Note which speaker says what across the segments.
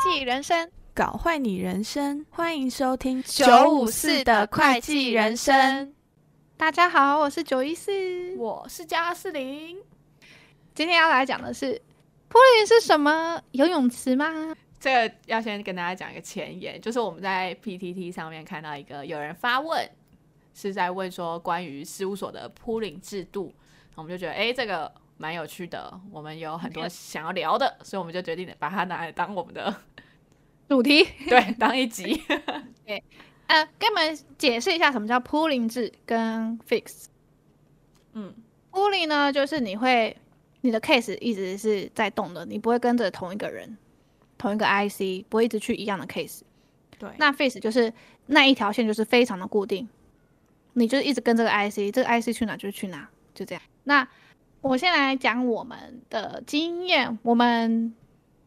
Speaker 1: 计人生，
Speaker 2: 搞坏你人生，欢迎收听
Speaker 1: 954的会计人
Speaker 2: 生。
Speaker 1: 大家好，我是九一四，
Speaker 2: 我是加四零，
Speaker 1: 今天要来讲的是扑林是什么游泳池吗？
Speaker 3: 这个要先跟大家讲一个前言，就是我们在 PTT 上面看到一个有人发问，是在问说关于事务所的铺领制度，我们就觉得诶这个蛮有趣的，我们有很多想要聊的，所以我们就决定把它拿来当我们的
Speaker 1: 主题，
Speaker 3: 对当一集。
Speaker 1: 呃，给你们解释一下什么叫扑林制跟 fix。
Speaker 3: 嗯，
Speaker 1: 扑林呢，就是你会你的 case 一直是在动的，你不会跟着同一个人、同一个 IC，不会一直去一样的 case。
Speaker 2: 对，
Speaker 1: 那 fix 就是那一条线就是非常的固定，你就是一直跟这个 IC，这个 IC 去哪就是去哪，就这样。那我先来讲我们的经验，我们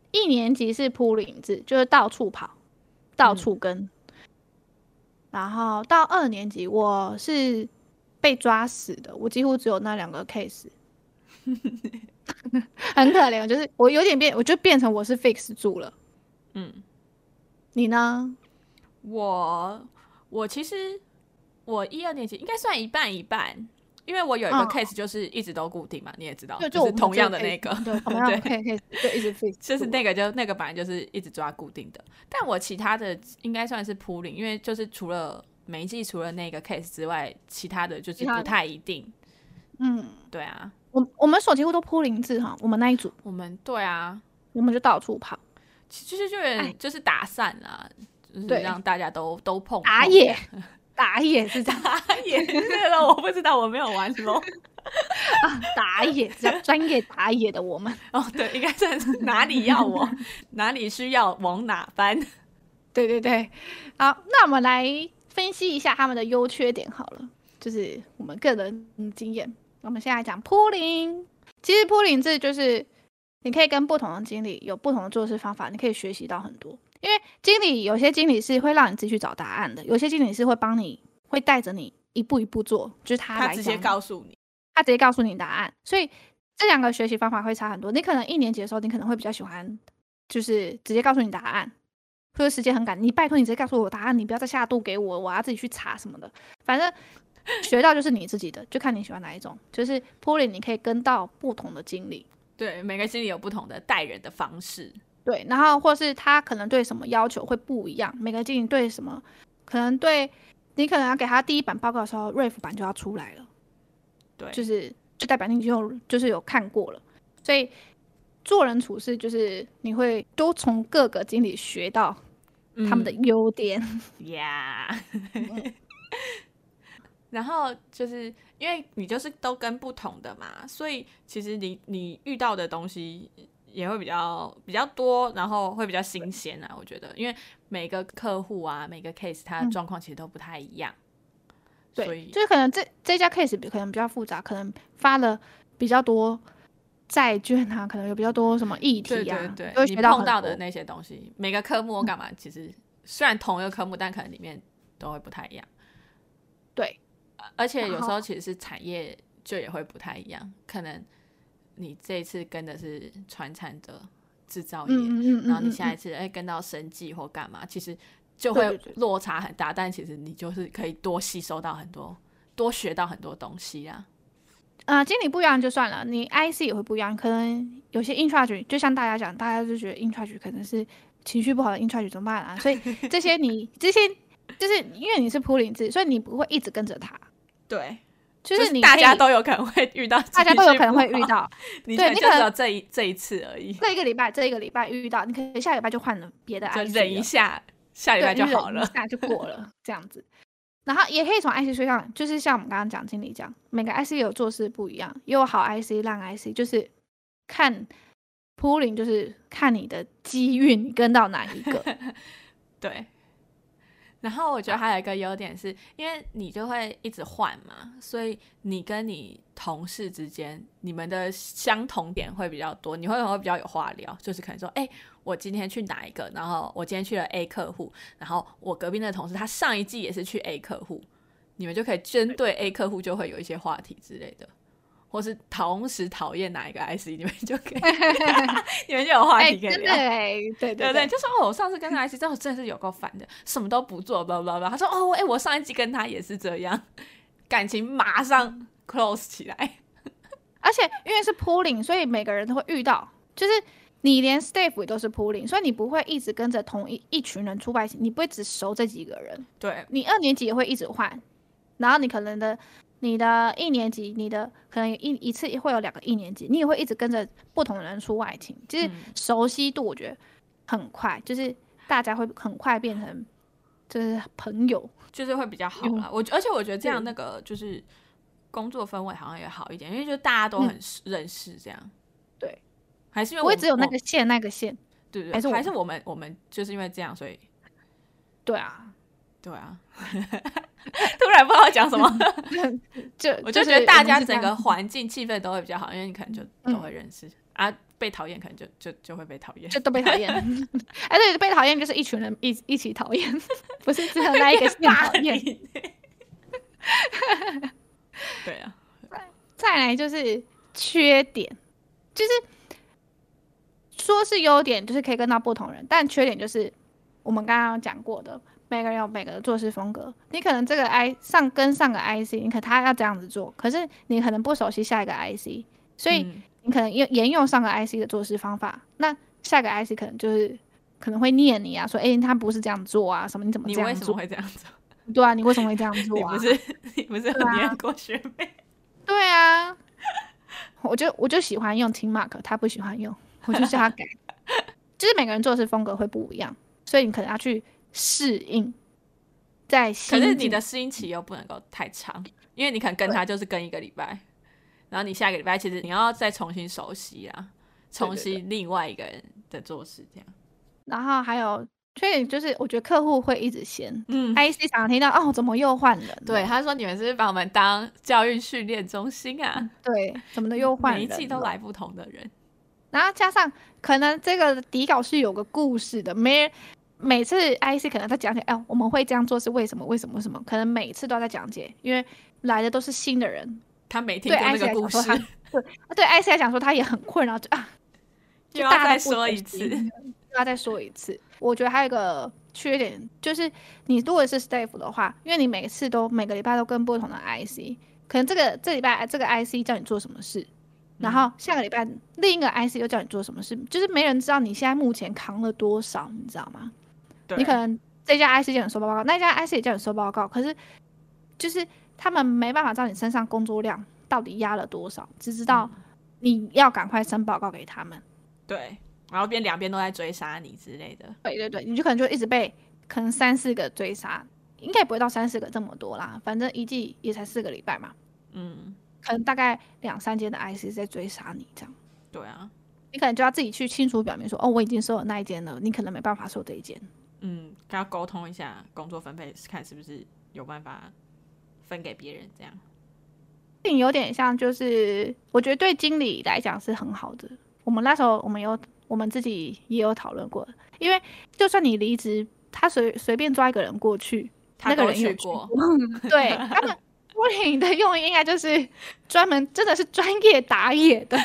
Speaker 1: 一年级是铺领子，就是到处跑，到处跟。然后到二年级，我是被抓死的，我几乎只有那两个 case，很可怜。就是我有点变，我就变成我是 fix 住了。
Speaker 3: 嗯，
Speaker 1: 你呢？
Speaker 3: 我我其实我一二年级应该算一半一半，因为我有一个
Speaker 1: 嗯
Speaker 3: case 就是一直都固定嘛，你也知道，
Speaker 1: 就
Speaker 3: 就是
Speaker 1: 我们
Speaker 3: 同
Speaker 1: 只有
Speaker 3: 样的
Speaker 1: case，
Speaker 3: 那个，
Speaker 1: 对，同样的
Speaker 3: 对
Speaker 1: case 就一直 fix，
Speaker 3: 就是
Speaker 1: 住
Speaker 3: 那个就那个本来就是一直抓固定的，但我其他的应该算是铺领，因为就是除了每一季除了那个 case 之外，其他的就是
Speaker 1: 其他的
Speaker 3: 不太一定。
Speaker 1: 嗯，
Speaker 3: 对啊，
Speaker 1: 我我们所几乎都铺林字哈，我们那一组
Speaker 3: 我们对啊，
Speaker 1: 我们就到处跑
Speaker 3: 其其实就有
Speaker 1: 哎
Speaker 3: 点就是打散啦，就是
Speaker 1: 对
Speaker 3: 让大家都都碰
Speaker 1: 打
Speaker 3: 碰
Speaker 1: 野，打野是这样，
Speaker 3: 打野 对了，我不知道我没有玩 龙
Speaker 1: 打野这样专业打野的我们，
Speaker 3: 哦，对，应该算是哪里要我，哪里需要往哪搬。
Speaker 1: 对对对，好，那我们来分析一下他们的优缺点好了，就是我们个人嗯经验。我们现在讲铺林，其实铺林制就是你可以跟不同的经理有不同的做事方法，你可以学习到很多。因为经理有些经理是会让你自己去找答案的，有些经理是会帮你，会带着你一步一步做，就是他
Speaker 3: 他
Speaker 1: 来
Speaker 3: 直接
Speaker 1: 讲
Speaker 3: 告诉你，
Speaker 1: 他直接告诉你答案，所以这两个学习方法会差很多。你可能一年级的时候，你可能会比较喜欢，就是直接告诉你答案，或者时间很赶，你拜托你直接告诉我答案，你不要再下度给我，我要自己去查什么的。反正学到就是你自己的，就看你喜欢哪一种。就是 Polly，你可以跟到不同的经理，
Speaker 3: 对每个经理有不同的待人的方式。
Speaker 1: 对，然后或是他可能对什么要求会不一样，每个经理对什么，可能对你可能要给他第一版报告的时候，ref 版就要出来了，
Speaker 3: 对
Speaker 1: 就是就代表你就就是有看过了，所以做人处事就是你会都从各个经理学到他们的优点，
Speaker 3: 嗯呀、 然后就是因为你就是都跟不同的嘛，所以其实你你遇到的东西也会比较比较多，然后会比较新鲜啊。我觉得，因为每个客户啊，每个 case 它的
Speaker 1: 嗯
Speaker 3: 状况其实都不太一样，所
Speaker 1: 对，
Speaker 3: 以
Speaker 1: 就是可能这这家 case 比可能比较复杂，可能发了比较多债券啊，可能有比较多什么议题
Speaker 3: 对
Speaker 1: 啊，
Speaker 3: 对对
Speaker 1: 就会
Speaker 3: 你
Speaker 1: 学到
Speaker 3: 碰
Speaker 1: 很
Speaker 3: 到
Speaker 1: 多嗯
Speaker 3: 的那些东西，每个科目我干嘛，其实虽然同一个科目，但可能里面都会不太一样。
Speaker 1: 对，
Speaker 3: 而且有
Speaker 1: 然
Speaker 3: 时
Speaker 1: 后
Speaker 3: 候其实是产业就也会不太一样，可能你这一次跟的是传产的制造业，
Speaker 1: 嗯嗯嗯，
Speaker 3: 然后你下
Speaker 1: 一
Speaker 3: 一次哎跟到生技或干嘛，其实就
Speaker 1: 对
Speaker 3: 会
Speaker 1: 对对
Speaker 3: 落差很大，但其实你就是可以多吸收到很多，多学到很多东西啊。
Speaker 1: 啊、经理不一样就算了，你 IC 也会不一样。可能有些 in charge，就像大家讲，大家就觉得 in charge 可能是情绪不好的 in charge 怎么办啊？所以这些 你这些就是因为你是普林制，所以你不会一直跟着他，
Speaker 3: 对，
Speaker 1: 就
Speaker 3: 就是
Speaker 1: 你
Speaker 3: 大
Speaker 1: 可以
Speaker 3: 家都有可能会遇到，
Speaker 1: 大家都有可能会遇，到，
Speaker 3: 你可
Speaker 1: 对
Speaker 3: 能
Speaker 1: 你
Speaker 3: 就
Speaker 1: 可
Speaker 3: 只有
Speaker 1: 能
Speaker 3: 这一这一次而已，
Speaker 1: 这一个礼拜这一个礼拜遇到，你可能下礼拜就换了别的
Speaker 3: 就
Speaker 1: IC，
Speaker 3: 忍一
Speaker 1: 了
Speaker 3: 下，下礼
Speaker 1: 对，
Speaker 3: 拜就
Speaker 1: 忍
Speaker 3: 好
Speaker 1: 一
Speaker 3: 了。
Speaker 1: 下就过了这样子。然后也可以从 IC 身上，就是像我们刚刚讲经理讲，每个 IC 有做事不一样，也有好 IC、烂 IC，就是看 pulling，就是看你的机遇，你跟到哪一个。
Speaker 3: 对。然后我觉得还有一个优点是，因为你就会一直换嘛，所以你跟你同事之间，你们的相同点会比较多，你会会比较有话聊，就是可能说，哎、我今天去哪一个，然后我今天去了 A 客户，然后我隔壁那个同事他上一季也是去 A 客户，你们就可以针对 A 客户就会有一些话题之类的，或是同时讨厌哪一个 IC，你们就可以， 你们就有 话
Speaker 1: 哎、
Speaker 3: 题可以
Speaker 1: 真的
Speaker 3: 聊。
Speaker 1: 哎、对
Speaker 3: 对
Speaker 1: 对
Speaker 3: 不对，就说哦，我上次 跟他 IC，这我真的是有够烦的，什么都不做，blah blah blah。他说哦，哎、我上一集跟他也是这样， 感情马上 close 起来。
Speaker 1: 而且因为是 pooling，所以每个人都会遇到，就是你连 staff 也都是 pooling，所以你不会一直跟着同一一群人出外勤，你不会只熟这几个人，
Speaker 3: 对，
Speaker 1: 你二年级也会一直换，然后你可能的你的一年级，你的可能一一次会有两个一年级，你也会一直跟着不同的人出外勤，就是
Speaker 3: 嗯
Speaker 1: 熟悉度我觉得很快，就是大家会很快变成就是朋友，
Speaker 3: 就是会比较好啦。我而且我觉得这样那个就是工作氛围好像也好一点，因为就大家都很认识这样。
Speaker 1: 对，
Speaker 3: 还是因为
Speaker 1: 不
Speaker 3: 我
Speaker 1: 会只有那
Speaker 3: 我
Speaker 1: 个线那个线，
Speaker 3: 对对，
Speaker 1: 还是我
Speaker 3: 还是我们我们就是因为这样，所以
Speaker 1: 对啊，
Speaker 3: 对 啊。突然不知道讲什么，
Speaker 1: 就
Speaker 3: 我
Speaker 1: 就
Speaker 3: 就是觉得大家
Speaker 1: 们是这
Speaker 3: 整
Speaker 1: 样
Speaker 3: 个环境气氛都会比较好，因为你可能就
Speaker 1: 嗯
Speaker 3: 都会认识、啊，被讨厌可能就就就会被讨厌。
Speaker 1: 就都被讨 厌。哎，对，被讨厌就是一群人一一起讨厌， 不是只有那 一个线
Speaker 3: 变
Speaker 1: 讨厌。。
Speaker 3: 对 啊，
Speaker 1: 再来就是缺点，就是说是优点，就是可以跟到不同人，但缺点就是我们刚刚讲过的，每个人有每个的做事风格。你可能这个 I 上跟上个 IC，你可他要这样子做，可是你可能不熟悉下一个 IC，所以
Speaker 3: 嗯
Speaker 1: 你可能用沿用上个 IC 的做事方法，那下个 IC 可能就是可能会念你啊，说哎、诶他不是这样做啊，什么你怎么
Speaker 3: 你
Speaker 1: 这样
Speaker 3: 为什么
Speaker 1: 做？
Speaker 3: 会 这样做？
Speaker 1: 对啊，你为什么会这样
Speaker 3: 你
Speaker 1: 做啊
Speaker 3: 不？是你不是很
Speaker 1: 对啊
Speaker 3: 念过学妹？
Speaker 1: 对啊， 我就我就喜欢用 Team Mark，他不喜欢用，我就叫他改。就是每个人做事风格会不一样，所以你可能要去适应。在
Speaker 3: 可
Speaker 1: 可
Speaker 3: 是你的适应期又不能够太长，因为你可能跟他就是跟一个礼拜，然后你下个礼拜其实你要再重新熟悉啊，重新另外一个人的做事这样。
Speaker 1: 然后还有缺点就是，我觉得客户会一直嫌。
Speaker 3: 嗯，
Speaker 1: IC 常常听到哦，怎么又换人了？
Speaker 3: 对，他说你们是不是把我们当教育训练中心啊，
Speaker 1: 对，怎么的又换
Speaker 3: 每一
Speaker 1: 人？
Speaker 3: 季都。来不同的人。
Speaker 1: 然后加上可能这个底稿是有个故事的，没每次 IC 可能在讲解，哎，我们会这样做是为什么？为什么？为什么？可能每次都在讲解，因为来的都是新的人，
Speaker 3: 他没听
Speaker 1: 对
Speaker 3: 过
Speaker 1: IC
Speaker 3: 那
Speaker 1: 来
Speaker 3: 个故
Speaker 1: 讲说
Speaker 3: 事
Speaker 1: 他，啊对 IC 来讲说他也很困扰，就啊，
Speaker 3: 又
Speaker 1: 就
Speaker 3: 要
Speaker 1: 大家
Speaker 3: 再
Speaker 1: 都不
Speaker 3: 说
Speaker 1: 熟
Speaker 3: 一
Speaker 1: 悉
Speaker 3: 次。
Speaker 1: 又要再说一次。我觉得还有一个缺点就是，你如果是 staff 的话，因为你每次都每个礼拜都跟不同的 IC，可能这个这礼拜这个 IC 叫你做什么事，然
Speaker 3: 嗯
Speaker 1: 后下个礼拜另一个 IC 又叫你做什么事，就是没人知道你现在目前扛了多少，你知道吗？
Speaker 3: 对
Speaker 1: 你可能这家 IC 叫你收报告，那家 IC 也叫你收报告，可是就是他们没办法知道你身上工作量到底压了多少，只知道你要赶快生报告给他们。
Speaker 3: 对，然后边两边都在追杀你之类的。
Speaker 1: 对对对，你就可能就一直被可能三四个追杀，应该也不会到三四个这么多啦，反正一季也才四个礼拜嘛，
Speaker 3: 嗯，
Speaker 1: 可能大概两三间的 IC 在追杀你这样。
Speaker 3: 对啊，
Speaker 1: 你可能就要自己去清楚表明说，哦，我已经收了那一间了，你可能没办法收这一间。
Speaker 3: 嗯，跟他沟通一下工作分配，看是不是有办法分给别人这样。
Speaker 1: 你有点像，就是我觉得对经理来讲是很好的。我们那时候我们有我们自己也有讨论过，因为就算你离职，他随随便抓一个人过去，
Speaker 3: 他
Speaker 1: 那个
Speaker 3: 都
Speaker 1: 人有
Speaker 3: 去
Speaker 1: 去
Speaker 3: 过，
Speaker 1: 对他们郭林的用意应该就是专门真的是专业打野的，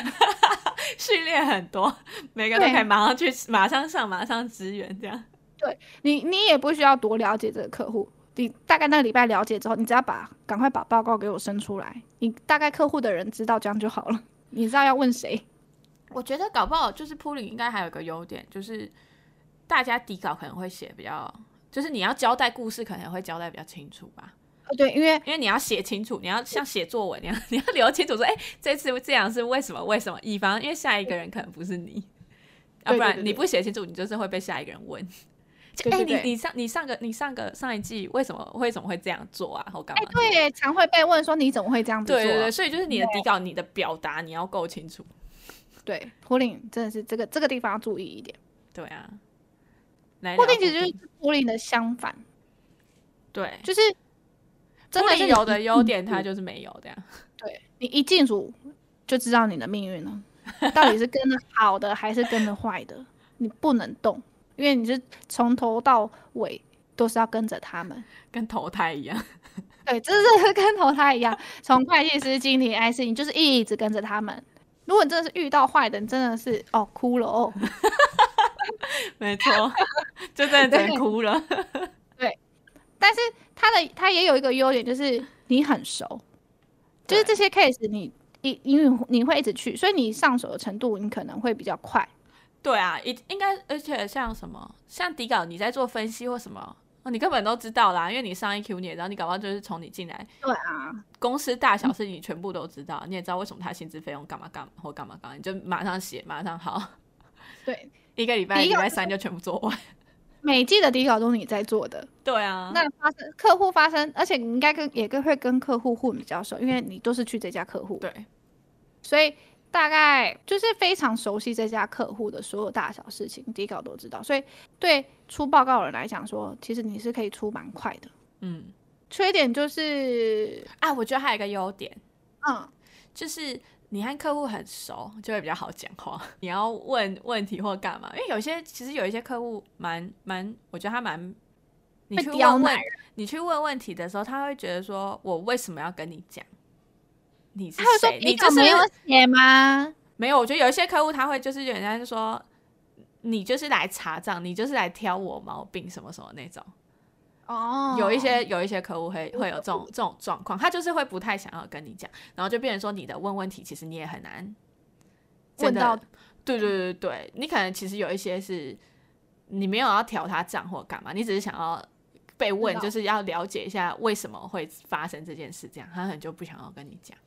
Speaker 3: 训练很多，每个都
Speaker 1: 对
Speaker 3: 可以马上去，马上上，马上支援这样。
Speaker 1: 你你也不需要多了解这个客户，你大概那个礼拜了解之后，你只要把赶快把报告给我生出来，你大概客户的人知道这样就好了，你知道要问谁。
Speaker 3: 我觉得搞不好就是 pulling 应该还有个优点，就是大家底稿可能会写比较，就是你要交代故事可能会交代比较清楚吧，
Speaker 1: 哦，对，因为
Speaker 3: 因为你要写清楚，你要像写作文那样， 你要留清楚说，哎、这次这样是为什么？为什么？以防因为下一个人可能不是你，要、
Speaker 1: 对对
Speaker 3: 不然
Speaker 1: 对
Speaker 3: 你
Speaker 1: 对
Speaker 3: 不写清楚，你就是会被下一个人问。就
Speaker 1: 对
Speaker 3: 哎、
Speaker 1: 对对
Speaker 3: 你你上你上个你上个上一季为什么为什么会这样做啊？或干
Speaker 1: 哎
Speaker 3: 嘛，？
Speaker 1: 对耶，常会被问说你怎么会这样子做啊、
Speaker 3: 对对对，所以就是你的底稿、你的表达你要够清楚。
Speaker 1: 对，普林真的是这个这个地方要注意一点。
Speaker 3: 对啊，来
Speaker 1: 普
Speaker 3: 聊
Speaker 1: 林其实就
Speaker 3: 固
Speaker 1: 是
Speaker 3: 定
Speaker 1: 普林的相反，
Speaker 3: 对，
Speaker 1: 就是真
Speaker 3: 固
Speaker 1: 的
Speaker 3: 定
Speaker 1: 是
Speaker 3: 有
Speaker 1: 你
Speaker 3: 的
Speaker 1: 一
Speaker 3: 优
Speaker 1: 进
Speaker 3: 点，它
Speaker 1: 组
Speaker 3: 就是没有这样。
Speaker 1: 对你一进组就知道你的命运了，到底是 跟着好的还是跟着坏的，你不能动，因为你是从头到尾都是要跟着他们。
Speaker 3: 跟投胎一样，
Speaker 1: 对，就是跟投胎一样，从会计师、经理、IC，你就是一直跟着他们。如果你真的是遇到坏人，真的是哦哭了哦。
Speaker 3: 没 错，就真的真哭了。
Speaker 1: 但是它的它也有一个优点，就是你很熟，就是这些 case 你一因为你会一直去，所以你上手的程度你可能会比较快。
Speaker 3: 对啊，一应该，而且像什么，像底稿你在做分析或什么，哦，你根本都知道啦，因为你上 EQ 你也知道，你搞不好就是从你进来
Speaker 1: 对啊，
Speaker 3: 公司大小事你全部都知道，你也知道为什么他薪资费用干嘛干嘛或干嘛干嘛，你就马上写，马上好，
Speaker 1: 对，
Speaker 3: 一个礼拜
Speaker 1: 底
Speaker 3: 礼
Speaker 1: 稿
Speaker 3: 拜三就全部做完。
Speaker 1: 每季的底稿都是你在做的，
Speaker 3: 对啊，
Speaker 1: 那发生客户发生，而且你应该跟也跟会跟客户混比较熟，因为你都是去这家客户，
Speaker 3: 对
Speaker 1: 所以大概就是非常熟悉这家客户的所有大小事情，底稿都知道，所以对出报告的人来讲说，其实你是可以出蛮快的。
Speaker 3: 嗯
Speaker 1: 缺点就是，
Speaker 3: 啊，我觉得还有一个优点
Speaker 1: 嗯，
Speaker 3: 就是。你和客户很熟，就会比较好讲话。你要问问题或干嘛，因为有些其实有一些客户蛮蛮，我觉得他蛮，你
Speaker 1: 会
Speaker 3: 去
Speaker 1: 刁
Speaker 3: 问
Speaker 1: 难
Speaker 3: 问你去问问题的时候，他会觉得说我为什么要跟你讲？你是
Speaker 1: 他会说
Speaker 3: 谁？
Speaker 1: 你
Speaker 3: 你
Speaker 1: 稿
Speaker 3: 就是
Speaker 1: 没有写吗？
Speaker 3: 没有，我觉得有一些客户他会就是人家就说，你就是来查账，你就是来挑我毛病什么什么那种。
Speaker 1: 哦，
Speaker 3: 有一些有一些客户会会有这种这种状况，他就是会不太想要跟你讲，然后就变成说你的问问题其实你也很难真
Speaker 1: 问
Speaker 3: 的
Speaker 1: 到
Speaker 3: 对对对对，你可能其实有一些是你没有要调他账或干嘛，你只是想要被问，
Speaker 1: 知道
Speaker 3: 就是要了解一下为什么会发生这件事，这样他可能就不想要跟你讲。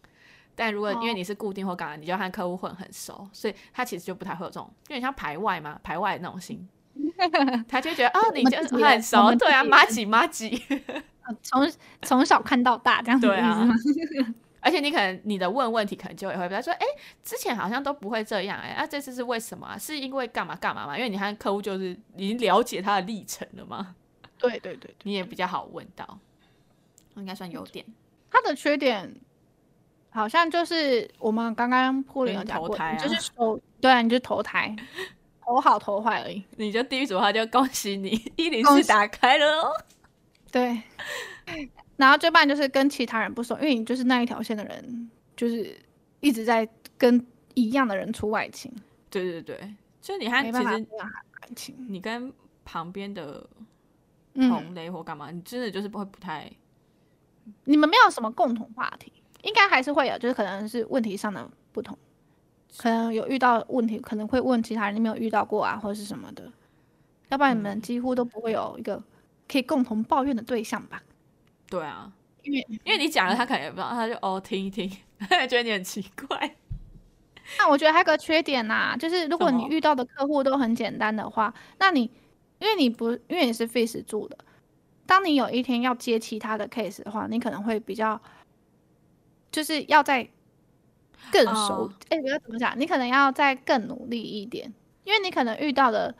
Speaker 3: 但如果因为
Speaker 1: 哦
Speaker 3: 你是固定或干嘛，你就和客户混很熟，所以他其实就不太会有这种，有点像排外嘛，排外那种心，他就会觉得哦，你
Speaker 1: 我们
Speaker 3: 就
Speaker 1: 自己人
Speaker 3: 很
Speaker 1: 我
Speaker 3: 熟，
Speaker 1: 们自
Speaker 3: 对
Speaker 1: 己
Speaker 3: 啊，
Speaker 1: 人
Speaker 3: 妈几妈几。
Speaker 1: 从从小看到大这样子的
Speaker 3: 对
Speaker 1: 意思
Speaker 3: 啊
Speaker 1: 吗？，
Speaker 3: 而且你可能你的问问题可能就也会比较说，哎、之前好像都不会这样、哎，啊，这次是为什么、啊？是因为干嘛干嘛嘛？因为你和客户就是已经了解他的历程了嘛，
Speaker 1: 对对对对，
Speaker 3: 你也比较好问到，应该算优点。
Speaker 1: 它的缺点好像就是我们刚刚破林有讲
Speaker 3: 投
Speaker 1: 过的，
Speaker 3: 胎啊
Speaker 1: 你就是投对啊，你就投胎，投好投坏而已。
Speaker 3: 你就第一组的话就恭喜你， 一零
Speaker 1: 恭
Speaker 3: 四
Speaker 1: 喜
Speaker 3: 打开了哦。
Speaker 1: 对，然后最棒就是跟其他人不熟，因为你就是那一条线的人，就是一直在跟一样的人出外勤，
Speaker 3: 对对对，就你和
Speaker 1: 没
Speaker 3: 其
Speaker 1: 办法
Speaker 3: 实
Speaker 1: 培养感情。
Speaker 3: 你跟旁边的
Speaker 1: 嗯，
Speaker 3: 同类或干嘛，你真的就是不会不太
Speaker 1: 你们没有什么共同话题，应该还是会有，就是可能是问题上的不同，可能有遇到问题，可能会问其他人你没有遇到过啊，或者是什么的，要不然你们几乎都不会有一个可以共同抱怨的对象吧？
Speaker 3: 对啊，
Speaker 1: 因为
Speaker 3: 因为你讲了他可能也不知道，他就哦听一听， 他也觉得你很奇怪。
Speaker 1: 那我觉得还有个缺点呐、就是如果
Speaker 3: 什
Speaker 1: 你
Speaker 3: 么
Speaker 1: 遇到的客户都很简单的话，那你因为你不因为你是 face 住的，当你有一天要接其他的 case 的话，你可能会比较就是要再更熟
Speaker 3: 哦，
Speaker 1: 哎、不要怎么讲，你可能要再更努力一点，因为你可能遇到的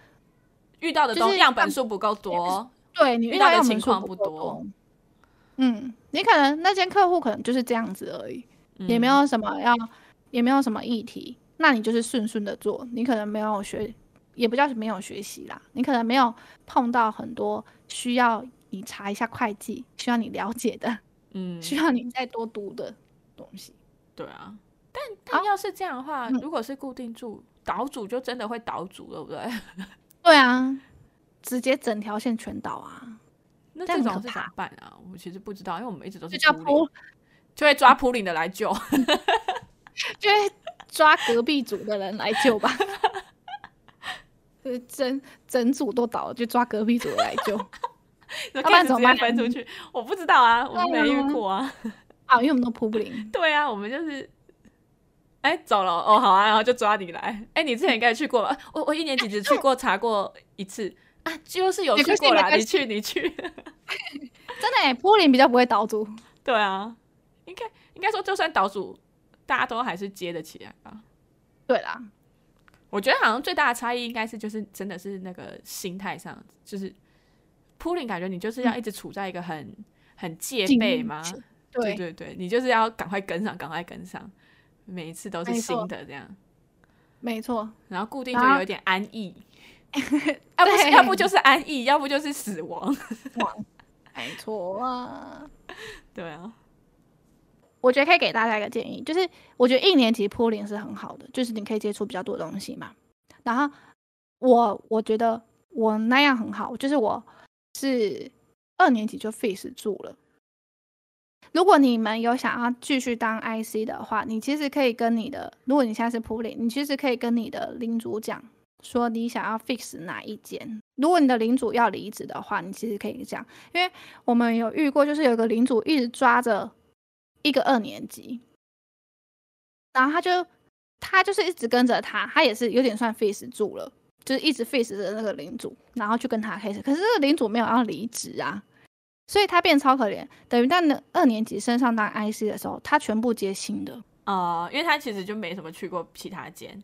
Speaker 3: 遇到的
Speaker 1: 就
Speaker 3: 东
Speaker 1: 是
Speaker 3: 样
Speaker 1: 他
Speaker 3: 本数不够多，
Speaker 1: 对你
Speaker 3: 遇
Speaker 1: 遇
Speaker 3: 到的
Speaker 1: 要
Speaker 3: 情
Speaker 1: 门数
Speaker 3: 况
Speaker 1: 不
Speaker 3: 不
Speaker 1: 够
Speaker 3: 多，
Speaker 1: 嗯，你可能那间客户可能就是这样子而已，也没
Speaker 3: 嗯
Speaker 1: 有什么要，也没有什么议题，那你就是顺顺的做，你可能没有学，也不叫没有学习啦，你可能没有碰到很多需要你查一下会计，需要你了解的，
Speaker 3: 嗯，
Speaker 1: 需要你再多读的东西。
Speaker 3: 对啊。但但要是这样的
Speaker 1: 嗯
Speaker 3: 话，如果是固定住岛主，就真的会岛主，对不对？
Speaker 1: 对啊，直接整条线全倒啊，
Speaker 3: 那
Speaker 1: 这
Speaker 3: 这
Speaker 1: 样
Speaker 3: 种
Speaker 1: 很
Speaker 3: 是
Speaker 1: 可
Speaker 3: 怎么办啊？我其实不知道，因为我们一直都是
Speaker 1: 就叫
Speaker 3: 领
Speaker 1: 扑，
Speaker 3: 就会抓普领的来救。
Speaker 1: 就会抓隔壁组的人来救吧。 就是整整组都倒了，就抓隔壁组的来 救
Speaker 3: 要
Speaker 1: 不然怎么
Speaker 3: 直接
Speaker 1: 办
Speaker 3: 分出去？我不知道啊，我们
Speaker 1: 对
Speaker 3: 没遇
Speaker 1: 啊
Speaker 3: 过啊。
Speaker 1: 啊，因为我们都扑不灵。
Speaker 3: 对啊，我们就是。哎，走了哦，好啊，然后就抓你来。哎，你之前应该也去过吧？我我一年级只去过查过一次啊，就是有
Speaker 1: 没
Speaker 3: 去
Speaker 1: 关系
Speaker 3: 过
Speaker 1: 没
Speaker 3: 啦。
Speaker 1: 关
Speaker 3: 你去，你去。
Speaker 1: 真的哎、扑林比较不会倒组。
Speaker 3: 对啊，应该应该说，就算岛主，大家都还是接得起来吧。
Speaker 1: 对啦，
Speaker 3: 我觉得好像最大的差异应该是，就是真的是那个心态上，就是 pulling 感觉你就是
Speaker 1: 嗯
Speaker 3: 要一直处在一个很、很戒备吗？
Speaker 1: 进去
Speaker 3: 对
Speaker 1: 对，
Speaker 3: 对对，你就是要赶快跟上，赶快跟上，每一次都是
Speaker 1: 没错
Speaker 3: 新的这样，
Speaker 1: 没错，
Speaker 3: 然后固定就
Speaker 1: 然后
Speaker 3: 有一点安 逸，要不是
Speaker 1: 对
Speaker 3: 要不就是安逸，要不就是死亡。
Speaker 1: 没错啊。
Speaker 3: 对啊，
Speaker 1: 我觉得可以给大家一个建议，就是我觉得一年级铺零是很好的，就是你可以接触比较多东西嘛。然后我我觉得我那样很好，就是我是二年级就 face 住了。如果你们有想要继续当 IC 的话，你其实可以跟你的，如果你现在是普领，你其实可以跟你的领主讲说你想要 fix 哪一间。如果你的领主要离职的话，你其实可以讲，因为我们有遇过，就是有一个领主一直抓着一个二年级，然后他就他就是一直跟着他，他也是有点算 face 住了，就是一直 face 着那个领主，然后就跟他开始。可是这个领主没有要离职啊，所以他变超可怜，等于在那二年级升上当 IC 的时候，他全部接新的。
Speaker 3: 呃，因为他其实就没什么去过其他间，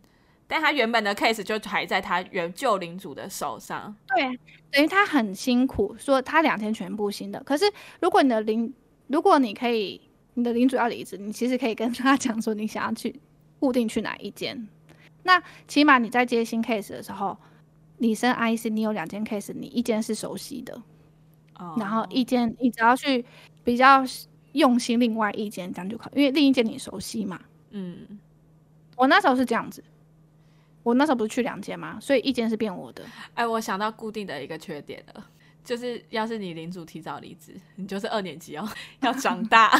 Speaker 3: 但他原本的 case 就还在他原旧领主的手上。
Speaker 1: 对，等于他很辛苦，说他两天全部新的。可是如果你的领，如果你可以，你的领主要离职，你其实可以跟 他讲说你想要去固定去哪一间。那起码你在接新 case 的时候，你升 IC，你有两间 case，你一间是熟悉的，
Speaker 3: 哦
Speaker 1: 然后一间你只要去比较用心，另外一间这样就可以，因为另一间你熟悉嘛。
Speaker 3: 嗯，
Speaker 1: 我那时候是这样子，我那时候不是去两间嘛，所以一间是变我的。
Speaker 3: 哎，我想到固定的一个缺点了，就是要是你领主提早离职，你就是二年级哦，要长大。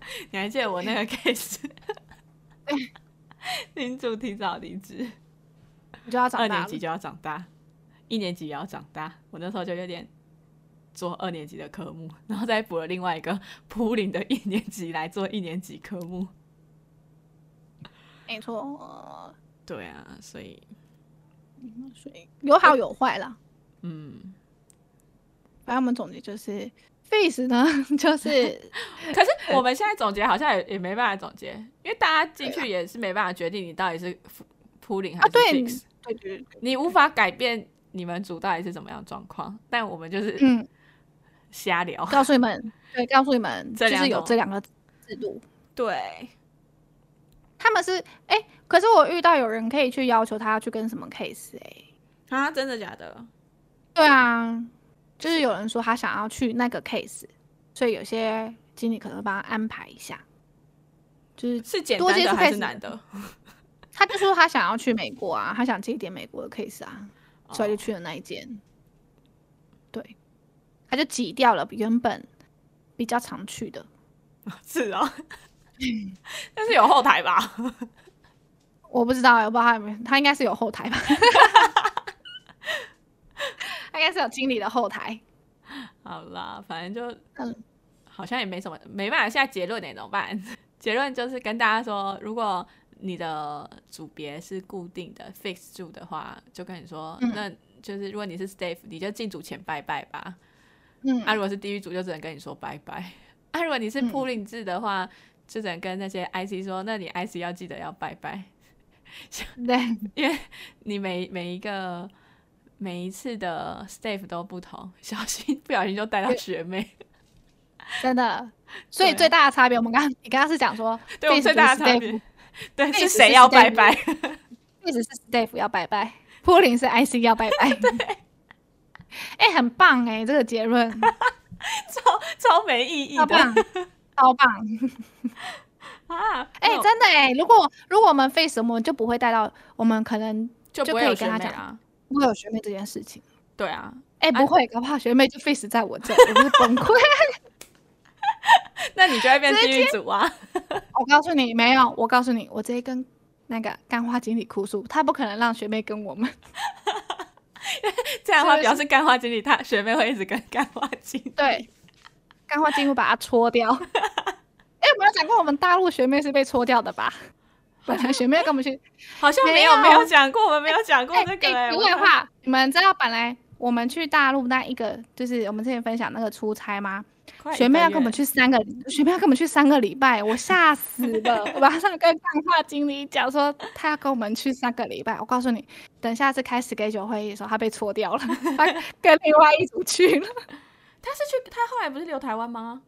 Speaker 3: 你还记得我那 个 case？领主提早离职，
Speaker 1: 你就要长
Speaker 3: 二
Speaker 1: 大
Speaker 3: 年
Speaker 1: 了
Speaker 3: 级就要长大，一年级也要长大。我那时候就有点做二年级的科目，然后再补了另外一个普林的一年级来做一年级科目。
Speaker 1: 没错，呃
Speaker 3: 对啊，所以
Speaker 1: 所以有好有坏啦。
Speaker 3: 嗯，
Speaker 1: 反正我们总结就是，face 呢 就是
Speaker 3: 可是我们现在总结好像也也没办法总结，因为大家进去也是没办法决定你到底是普林还
Speaker 1: 啊，
Speaker 3: 是
Speaker 1: 对
Speaker 3: fix，、
Speaker 1: 对对对，
Speaker 3: 你无法改变你们组到底是怎么样的状况，但我们就是
Speaker 1: 嗯，
Speaker 3: 瞎聊。
Speaker 1: 告诉你 们，对，告诉你们，
Speaker 3: 这
Speaker 1: 就
Speaker 3: 两
Speaker 1: 是有
Speaker 3: 种
Speaker 1: 这两个制度，
Speaker 3: 对，
Speaker 1: 他们是哎、可是我遇到有人可以去要求他要去跟什么 case 哎、
Speaker 3: 啊，真的假的？
Speaker 1: 对啊，就是有人说他想要去那个 case，所以有些经理可能会帮他安排一下，就是
Speaker 3: 是简
Speaker 1: 多
Speaker 3: 单
Speaker 1: 接
Speaker 3: 的
Speaker 1: 触
Speaker 3: 还
Speaker 1: case
Speaker 3: 是难的？
Speaker 1: 他就说他想要去美国啊，他想接一点美国的 case 啊，所以就
Speaker 3: 哦
Speaker 1: 去了那一间。对，他就挤掉了原本比较常去的。
Speaker 3: 是哦， 但是有后台吧？
Speaker 1: 我不知道欸，我不知道他有没有，他应该是有后台吧，他应该是有经理的后台。
Speaker 3: 好啦，反正就
Speaker 1: 嗯
Speaker 3: 好像也没什么，没办法下结论欸怎么办？结论就是跟大家说，如果你的组别是固定的 fix 住的话，就跟你说，
Speaker 1: 嗯
Speaker 3: 那就是如果你是 staff，你就进组前拜拜吧。
Speaker 1: 嗯，
Speaker 3: 啊，如果是地狱组，就只能跟你说拜拜。啊，如果你是
Speaker 1: 嗯
Speaker 3: pooling 制的话，就只能跟那些 IC 说，那你 IC 要记得要拜拜。
Speaker 1: 对，
Speaker 3: 你每每一个每一次的 staff 都不同，小心不小心就带到学妹。
Speaker 1: 真的。 所以
Speaker 3: 对啊
Speaker 1: 最大的差别，我们刚刚你刚刚是讲说
Speaker 3: 对我
Speaker 1: Face
Speaker 3: 们最大
Speaker 1: 是
Speaker 3: 的差
Speaker 1: staff
Speaker 3: 别，对
Speaker 1: 那
Speaker 3: 是
Speaker 1: 也只
Speaker 3: 谁
Speaker 1: 是
Speaker 3: 要拜
Speaker 1: staff
Speaker 3: 拜？
Speaker 1: 一直是 staff 要拜拜，普林是 IC 要拜 拜。对，哎、很棒哎、这个结论
Speaker 3: 超没意义
Speaker 1: 超
Speaker 3: 的
Speaker 1: 棒，超棒。
Speaker 3: 啊！
Speaker 1: 哎、
Speaker 3: 那
Speaker 1: 真的哎、如果如果我们 face，我们就不会带到，我们可能
Speaker 3: 就
Speaker 1: 就
Speaker 3: 不
Speaker 1: 可
Speaker 3: 会
Speaker 1: 以
Speaker 3: 有
Speaker 1: 跟
Speaker 3: 学
Speaker 1: 他
Speaker 3: 妹
Speaker 1: 讲
Speaker 3: 啊，
Speaker 1: 不会有学妹这件事情。
Speaker 3: 对啊，
Speaker 1: 哎、
Speaker 3: 啊
Speaker 1: 不会，搞不好学妹就 face 在我这，我不是崩溃。
Speaker 3: 那你就会变地狱组啊！
Speaker 1: 我告诉你，没有，我告诉你，我直接跟那个干花经理哭诉，他不可能让学妹跟我们。
Speaker 3: 这样的话
Speaker 1: 就是
Speaker 3: 表示干花经理他学妹会一直跟干花经理。
Speaker 1: 对，干花经理把他搓掉。 哎、我没有讲过我们大陆学妹是被搓掉的吧？本来学妹要跟我 们去，
Speaker 3: 好像
Speaker 1: 没
Speaker 3: 没有
Speaker 1: 有
Speaker 3: 没有讲过，我们没有讲过
Speaker 1: 哎，
Speaker 3: 这
Speaker 1: 哎，
Speaker 3: 个哎。
Speaker 1: 题
Speaker 3: 我
Speaker 1: 外话，你们知道本来我们去大陆那一个，就是我们之前分享那个出差吗？
Speaker 3: 快一
Speaker 1: 学妹
Speaker 3: 个
Speaker 1: 要跟我
Speaker 3: 月
Speaker 1: 们去三个，学妹要跟我们去三个礼拜，我吓死了！我马上跟干化经理讲说，她要跟我们去三个礼拜。我告诉你，等下次开始给酒会议的时候，她被搓掉了，她跟另外一组去了。
Speaker 3: 他是去他后来不是留台湾吗？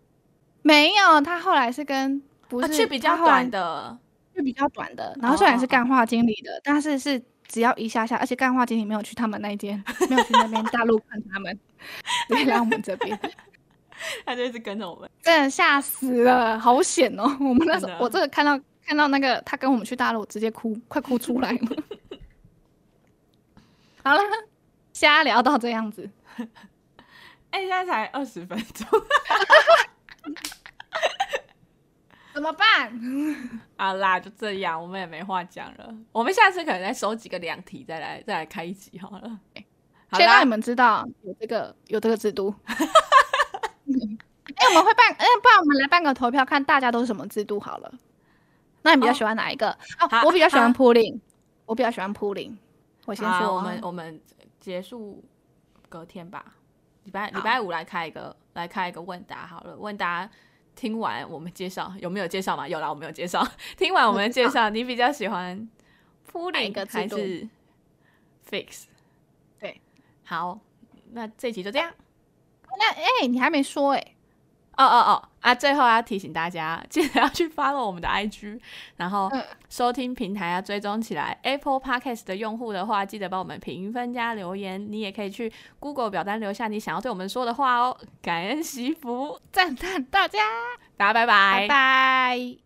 Speaker 1: 没有，她后来是跟不是、
Speaker 3: 啊去比较
Speaker 1: 她后来
Speaker 3: 短的哦
Speaker 1: 去比较短的，然后虽然是干化经理的，但是是只要一下下，而且干化经 理没有去他们那一间，没有去那边大陆看他们，对，来我们这边，
Speaker 3: 他就一直跟着我们。
Speaker 1: 真的吓死了，好险哦！我们那时
Speaker 3: 真
Speaker 1: 候
Speaker 3: 的
Speaker 1: 我这个看到看到那个他跟我们去大陆，我直接哭，快哭出来了。 好了，瞎聊到这样子，
Speaker 3: 哎、现在才二十分钟
Speaker 1: 怎么办？
Speaker 3: 啊啦，就这样，我们也没话讲了。我们下次可能再收几个两题，再来再来开一集好了。好
Speaker 1: 先
Speaker 3: 啦
Speaker 1: 让你，们知道有这个有这个制 度。哎、我们会办，哎、不然我们来办个投票，看大家都是什么制度好了。那你比较
Speaker 3: 哦
Speaker 1: 喜欢哪一个？
Speaker 3: 好
Speaker 1: 哦，我比较喜欢
Speaker 3: 好
Speaker 1: pulling，我比较喜欢 pulling。我先
Speaker 3: 好
Speaker 1: 说，
Speaker 3: 我们我们结束隔天吧，礼拜礼
Speaker 1: 好
Speaker 3: 拜五来开一个来开一个问答好了，问答。听完我们介绍有没有介绍嘛？有啦，我们有介绍。 听完我们的介绍，你比较喜欢
Speaker 1: 哪一
Speaker 3: pulling
Speaker 1: 个制
Speaker 3: 还
Speaker 1: 度
Speaker 3: 是 fix？
Speaker 1: 对，
Speaker 3: 好，那这集就这样。
Speaker 1: 那哎、你还没说哎、
Speaker 3: 哦哦哦啊！最后要提醒大家，记得要去 follow 我们的 IG，然后
Speaker 1: 嗯
Speaker 3: 收听平台要啊追踪起来。Apple Podcast 的用户的话，记得帮我们评分加留言。你也可以去 Google 表单留下你想要对我们说的话哦。感恩惜福，
Speaker 1: 赞叹大家，
Speaker 3: 大家拜拜，
Speaker 1: 拜拜